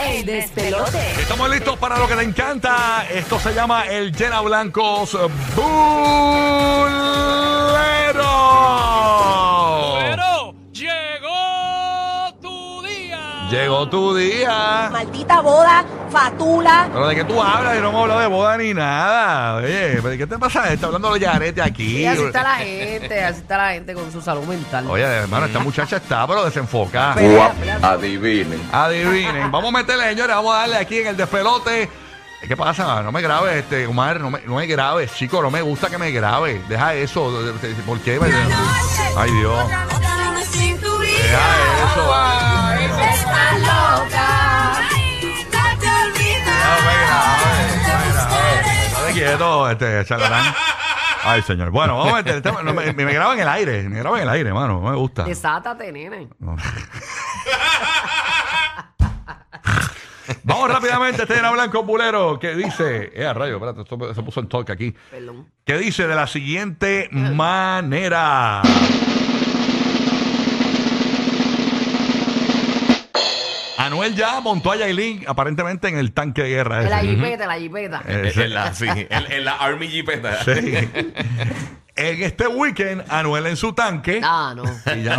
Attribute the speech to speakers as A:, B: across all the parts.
A: El despelote.
B: Estamos listos para lo que te encanta. Esto se llama el Llena Blancos Bulero.
C: Pero llegó tu día.
B: Llegó tu día.
A: Maldita boda, fatula.
B: Pero de que tú hablas y no hemos hablado de boda ni nada. Oye, ¿pero ¿qué te pasa? Está hablando los yaretes aquí.
D: Y así está la gente, así está la gente con su salud mental.
B: Oye, hermano, esta muchacha está, pero desenfocada.
D: Pelea,
E: Guap,
D: pelea.
E: adivinen.
B: Adivinen, vamos a meterle, señores, vamos a darle aquí en el despelote. ¿Qué pasa? No me grabes, este, Omar, no me, no me grabes, chico, no me gusta que me grabes. Deja eso, ¿por qué? Ay, Dios. Deja eso.
F: Está loca. No te
B: No me grabes,
F: olvidas.
B: no me grabes. Estate quieto, este, charlatán. Ay, señor. Bueno, vamos a meterle, este- no, me, me graba en el aire, me graba en el aire, mano, no me gusta.
D: Desátate, nene.
B: Vamos rápidamente, este era Blanco Bulero, que dice, eh, a rayo, espérate, esto se puso en toque aquí.
D: Perdón.
B: que dice de la siguiente manera. Anuel ya montó a Yailin aparentemente en el tanque de guerra.
D: La
B: ese.
D: jipeta, la jipeta.
B: Eh,
E: En la, sí, en, en la Army Jeepeta.
B: sí. En este weekend, Anuel en su tanque.
D: Ah, no.
B: Y ya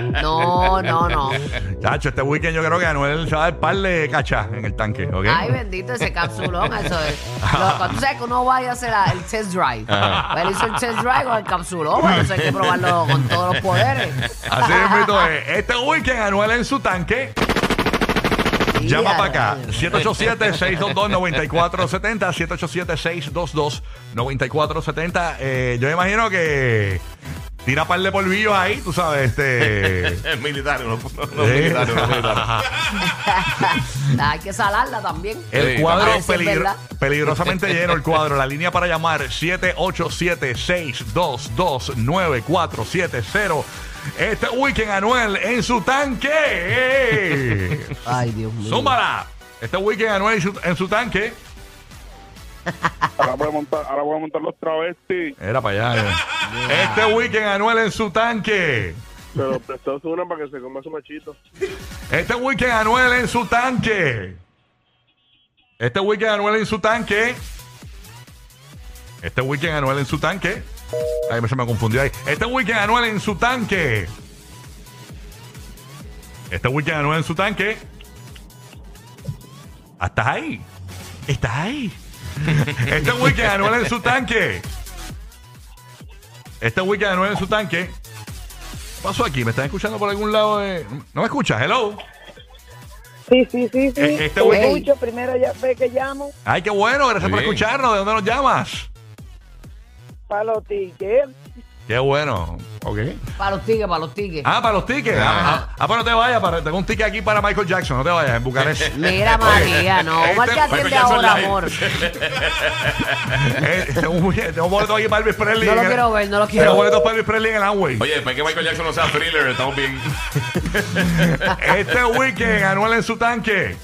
B: no-
D: No, no, no.
B: Chacho, este weekend yo creo que Anuel se va a dar par de cachas en el tanque. ¿ok?
D: Ay, bendito ese capsulón, eso es. Loco, tú sabes que uno va a hacer la- el test drive. Él hizo el test drive con el capsulón, bueno, eso hay que probarlo con todos los poderes.
B: Así es, es. Este weekend, Anuel en su tanque. Llama para acá. 787-622-9470. 787-622-9470. Eh, yo imagino que tira par de polvillos ahí, tú sabes, este.
E: militar, no, no, no,
B: Sí.
E: militar, no, militar.
D: Hay que salarla también.
B: El
E: Sí,
B: cuadro
D: también. Ah, sí, es
B: peligro-
D: verdad.
B: peligrosamente lleno, el cuadro. La línea para llamar 787-622-9470. Este weekend, Anuel, en su tanque.
D: Ay, Dios mío.
B: Zúmbala. Este weekend, Anuel, en su- en su tanque.
G: Ahora voy a montar, ahora voy a montar los travestis.
B: Era para allá. eh. Este weekend Anuel en su tanque.
G: Pero prestados una para que se coma su machito.
B: Este weekend Anuel en su tanque. Este weekend Anuel en su tanque. Este weekend Anuel en su tanque. Ay, se me confundió ahí. Este weekend Anuel en su tanque. Este weekend Anuel en su tanque. Hasta ahí. Estás ahí. Este weekend Anuel en su tanque. Este weekend Anuel en su tanque. ¿Qué pasó aquí? ¿Me están escuchando por algún lado? de- ¿No me escuchas? Hello.
H: Sí, sí, sí, sí.
B: Eh, este
H: Te
B: güey-
H: escucho, primero ya sé que llamo
B: Ay, qué bueno, gracias
E: Muy
B: por
E: bien.
B: escucharnos. ¿De dónde nos llamas?
H: para los tickets.
B: Qué bueno. Ok.
D: Para los tigres, para los tigres.
B: Ah, para los tickets. Ah,
E: Ajá.
B: ah, pero no te vayas. Para, tengo un ticket aquí para Michael Jackson. No te vayas, en Bucarest.
D: Mira, María, no.
B: este-
D: Omar, que
B: Michael
D: atiende
B: Jackson
D: ahora,
B: live.
D: amor.
B: Eh, tengo un tengo un boleto aquí para Elvis Presley.
D: No lo
B: en el- este
D: quiero ver, no lo
B: Tengo
D: quiero ver.
B: boletos para Elvis Presley en el Amway.
E: Oye, después que Michael Jackson no sea thriller, estamos bien.
B: Este weekend, Anuel en su tanque.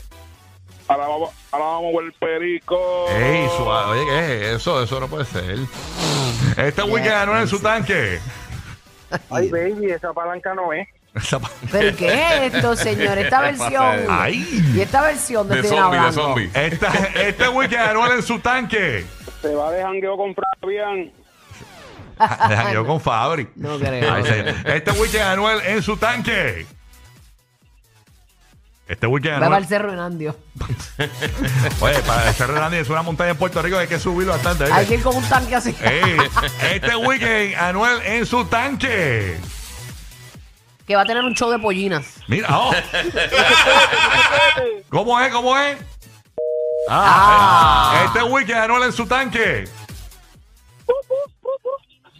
G: Ahora vamos, ahora vamos a el perico.
B: Ey, suave. Oye, ¿qué es eso? Eso no puede ser. Este weekend, Anuel en su tanque.
G: Ay, baby, esa palanca no es.
B: Esa pa-
D: ¿Pero qué es esto, señor? Esta versión.
B: Ay.
D: Y esta versión de,
E: De
D: Tina
E: zombie, de
D: Blanco.
E: zombie.
B: Esta- este weekend, Anuel en su tanque.
G: Se va de jangueo con Fabián.
B: Ah, me jangueó con Fabri.
D: No creo.
B: Ay, señor. Este weekend Anuel en su tanque. Este weekend
D: Va para el
B: Anuel.
D: Cerro Hernández.
B: Oye, para el Cerro Hernández es una montaña en Puerto Rico, hay que subirlo bastante. ¿oíste?
D: Hay que ir con un tanque así.
B: Ey, este weekend Anuel en su tanque.
D: Que va a tener un show de pollinas.
B: Mira, oh. ¿Cómo es? ¿Cómo es?
D: Ah.
B: Este weekend Anuel en su tanque.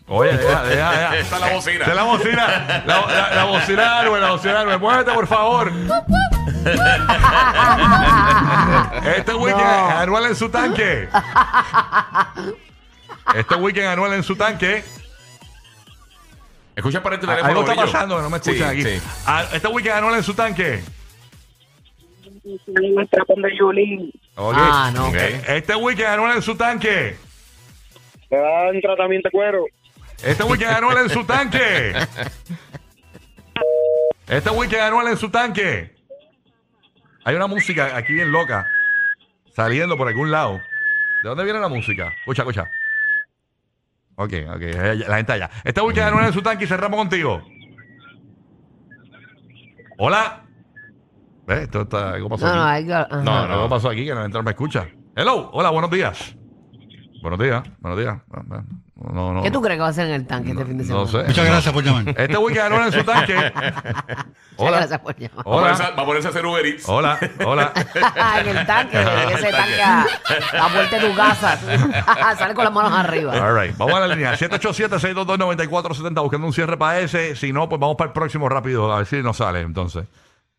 B: Oye, deja, deja, deja.
E: Esa es la bocina.
B: Esa es la bocina. La, la- la bocina de Anuel, la bocina de Anuel. Muévete, por favor. Este weekend Anuel en su tanque. Este weekend Anuel en su tanque.
E: Escucha para este teléfono.
B: Algo está
E: Brillo.
B: pasando, que no me escuchan
E: Sí,
B: aquí.
E: sí.
B: Ah, Este weekend Anuel en su tanque.
H: El trapón de Yulín.
B: Ok.
D: Ah, no.
E: Ok.
B: Este weekend Anuel en su tanque.
G: Le dan tratamiento de cuero.
B: Este weekend Anuel en su tanque. Este weekend Anuel en su tanque. Hay una música aquí bien loca saliendo por algún lado. ¿De dónde viene la música? Escucha, escucha. Ok, ok, eh, la gente allá. Esta búsqueda de Noel en su tanque y cerramos contigo. Hola. Eh, esto está, algo pasó
D: No, no,
B: aquí.
D: hay que- ajá.
B: No, no, algo pasó aquí que la gente no me escucha. Hello, hola, buenos días. Buenos días, buenos días. No, no, no.
D: ¿Qué tú crees que va a hacer en el tanque este fin de semana?
B: no, no sé.
I: Muchas gracias por llamar.
B: Este búsqueda de Noel en su tanque.
D: Muchas
B: Hola.
D: gracias por llamar.
E: Va a ponerse-
B: Hola,
E: va a ponerse a hacer Uber Eats.
B: hola, hola.
D: en el tanque, en ese
E: El tanque.
D: tanque a la puerta de tu casa. Sale con las manos arriba.
B: All right. Vamos a la línea 787-622-9470 buscando un cierre para ese. Si no, pues vamos para el próximo rápido, a ver si nos sale entonces.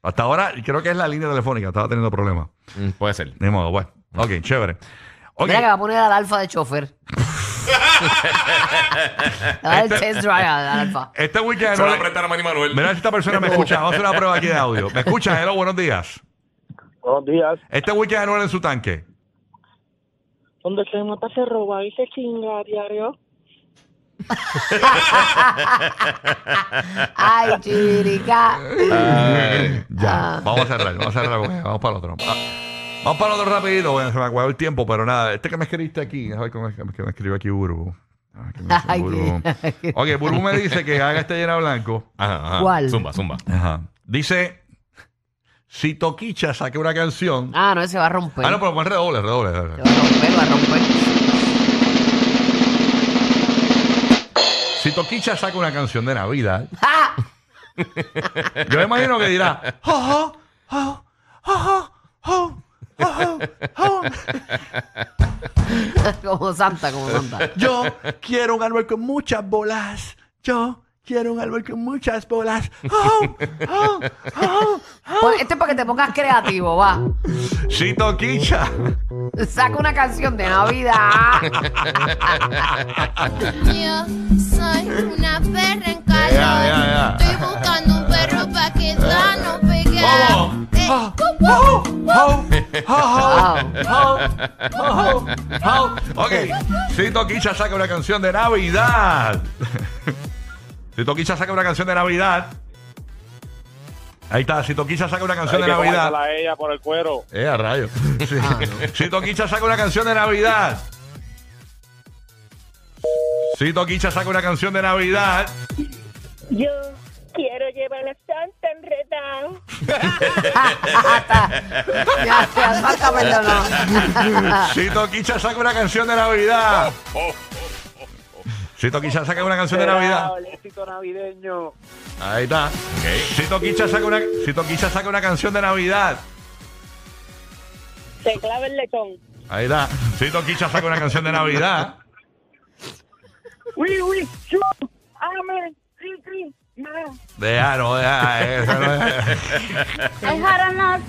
B: Hasta ahora, creo que es la línea telefónica, estaba teniendo problemas.
E: Mm, Puede ser.
B: Ni modo, bueno. Ok, chévere. Ok,
D: Mira que va a poner al alfa de chofer. Le va a dar el test drive al alfa.
B: este weekend...
E: Se lo va a prestar a Manny Manuel.
B: Mira si esta persona me escucha. Vamos a hacer una prueba aquí de audio. ¿Me escucha? Hello, buenos días.
H: Buenos días.
B: Este weekend Anuel en su tanque.
H: ¿Dónde se nota se roba y se chinga a diario?
D: Ay, chirica.
E: Ay.
B: Ya.
D: Ah.
B: Vamos a cerrar, vamos a cerrar. porque Vamos para el otro. Ah, Vamos para el otro rapidito. Bueno, se me acabó el tiempo, pero nada. Este que me escribiste aquí, a ver cómo es que me- que me escribió aquí Burbu. Ah, que me dice
D: Ay,
B: Burbu.
D: qué-
B: Ok, Burbu me dice que haga este llena blanco.
E: Ajá, ajá.
D: ¿Cuál?
E: Zumba, zumba.
B: Ajá. Dice, si Toquicha saque una canción... Ah,
D: Ah, no, ese va a romper.
B: no, pero pon redoble, redoble. redoble.
D: Se va a romper, va a romper.
B: Si Toquicha saca una canción de Navidad,
D: ¡Ja!
B: yo me imagino que dirá... "Oh, "Jo, jo, jo, jo, jo, jo, jo, jo".
D: Como santa, como santa.
B: Yo quiero un árbol con muchas bolas. Yo quiero un árbol con muchas bolas. Oh, oh, oh, oh.
D: Pues, este es para que te pongas creativo, va.
B: Si Toquicha
D: Saca una canción de Navidad.
F: Yo soy una perra en calor.
B: Ya, ya, ya.
F: Estoy buscando un perro para quedarnos pegados.
B: Vamos.
F: Eh,
B: Oh, oh, oh, oh, oh, oh, oh, oh. Ok, si Toquicha saca una canción de Navidad. Si Toquicha saca una canción de Navidad. Ahí está, si Toquicha saca una canción
G: Hay
B: de
G: que
B: Navidad.
G: comársela a ella por el cuero.
B: Eh, a rayos. Sí. Si Toquicha saca una canción de Navidad. Si Toquicha saca una canción de Navidad.
H: Yo quiero llevar a Santa enredado.
D: Ya, ya, sácame, no, no.
B: Si Toquicha saca una canción de Navidad. Si Toquicha saca una canción de
G: Ah,
B: Navidad.
H: El éxito navideño.
B: Ahí está. Si Toquicha saca una, si Toquicha saca una canción de Navidad.
H: Se clava el lechón.
B: Ahí está. Si Toquicha saca una canción de Navidad.
H: Uy, uy, yo. Amén. Sí, sí. no.
B: Deja, no, deja. eh, Eso no es.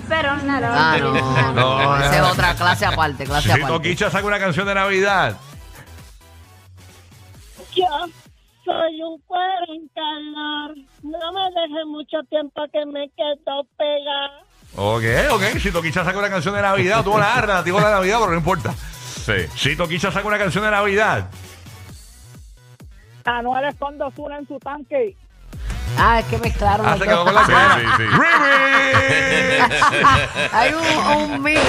F: pero no.
D: Ah, no. no,
B: No,
D: esa
B: no.
D: es otra clase aparte, clase
B: Si
D: aparte.
B: Toquicha saca una canción de Navidad.
H: Yo soy un cuero en calor. No me deje mucho tiempo que me quedo pegada.
B: Ok, ok. Si Toquicha saca una canción de Navidad, tú la arras, digo la Navidad, pero no importa.
E: Sí.
B: Si Toquicha saca una canción de Navidad.
H: Anuel es cuando suena en su tanque.
D: Ah, es que mezclaron
B: Ah,
D: las
B: se quedó con la
D: dos.
E: Sí,
B: cara.
E: sí, sí.
B: ¡Remy!
D: Hay un, un mix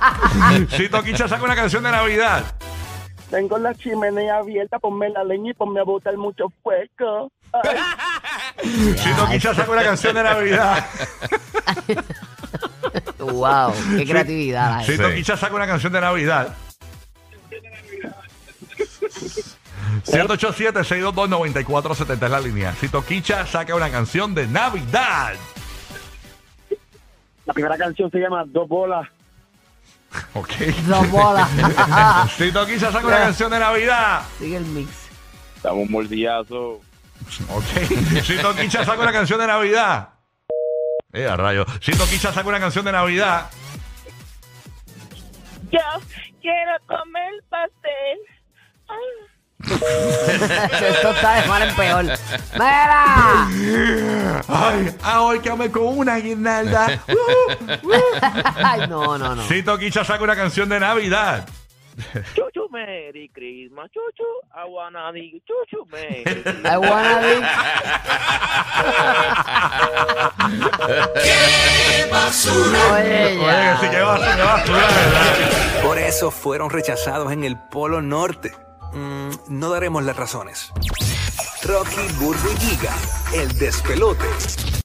D: aquí.
B: Si Toquicha saca una canción de Navidad.
H: Tengo la chimenea abierta, ponme la leña y ponme a botar mucho fuego. Ay,
B: Si Toquicha saca una canción de Navidad.
D: Wow, qué creatividad. hay.
B: Si
E: Sí.
B: Toquicha saca una canción de Navidad. 787-622-9470 es la línea. Si Toquicha saca una canción de Navidad.
G: La primera canción se llama Dos Bolas.
B: Ok.
D: Dos bolas.
B: Si Toquicha saca una canción de Navidad.
D: Sigue el mix.
G: Dame un mordillazo.
B: Ok. Si Toquicha saca una canción de Navidad. Eh, a rayo. Si Toquicha saca una canción de Navidad.
H: Yo quiero comer pastel. Ay,
D: Esto está de mal en peor. ¡Mira!
B: Ay, ahorcame con una guirnalda. Uh, uh.
D: Ay, no, no, no.
B: Si Toquicha saca una canción de Navidad.
H: yo, yo
I: chuchu, Merry Christmas, chuchu, I wanna be chuchu, Merry Christmas.
D: I wanna be- Oye, ya.
B: Oye, que sí que basura, basura, ¿verdad?
J: Por eso fueron rechazados en el Polo Norte. Mm, no daremos las razones. Rocky Burbu y Giga, el despelote.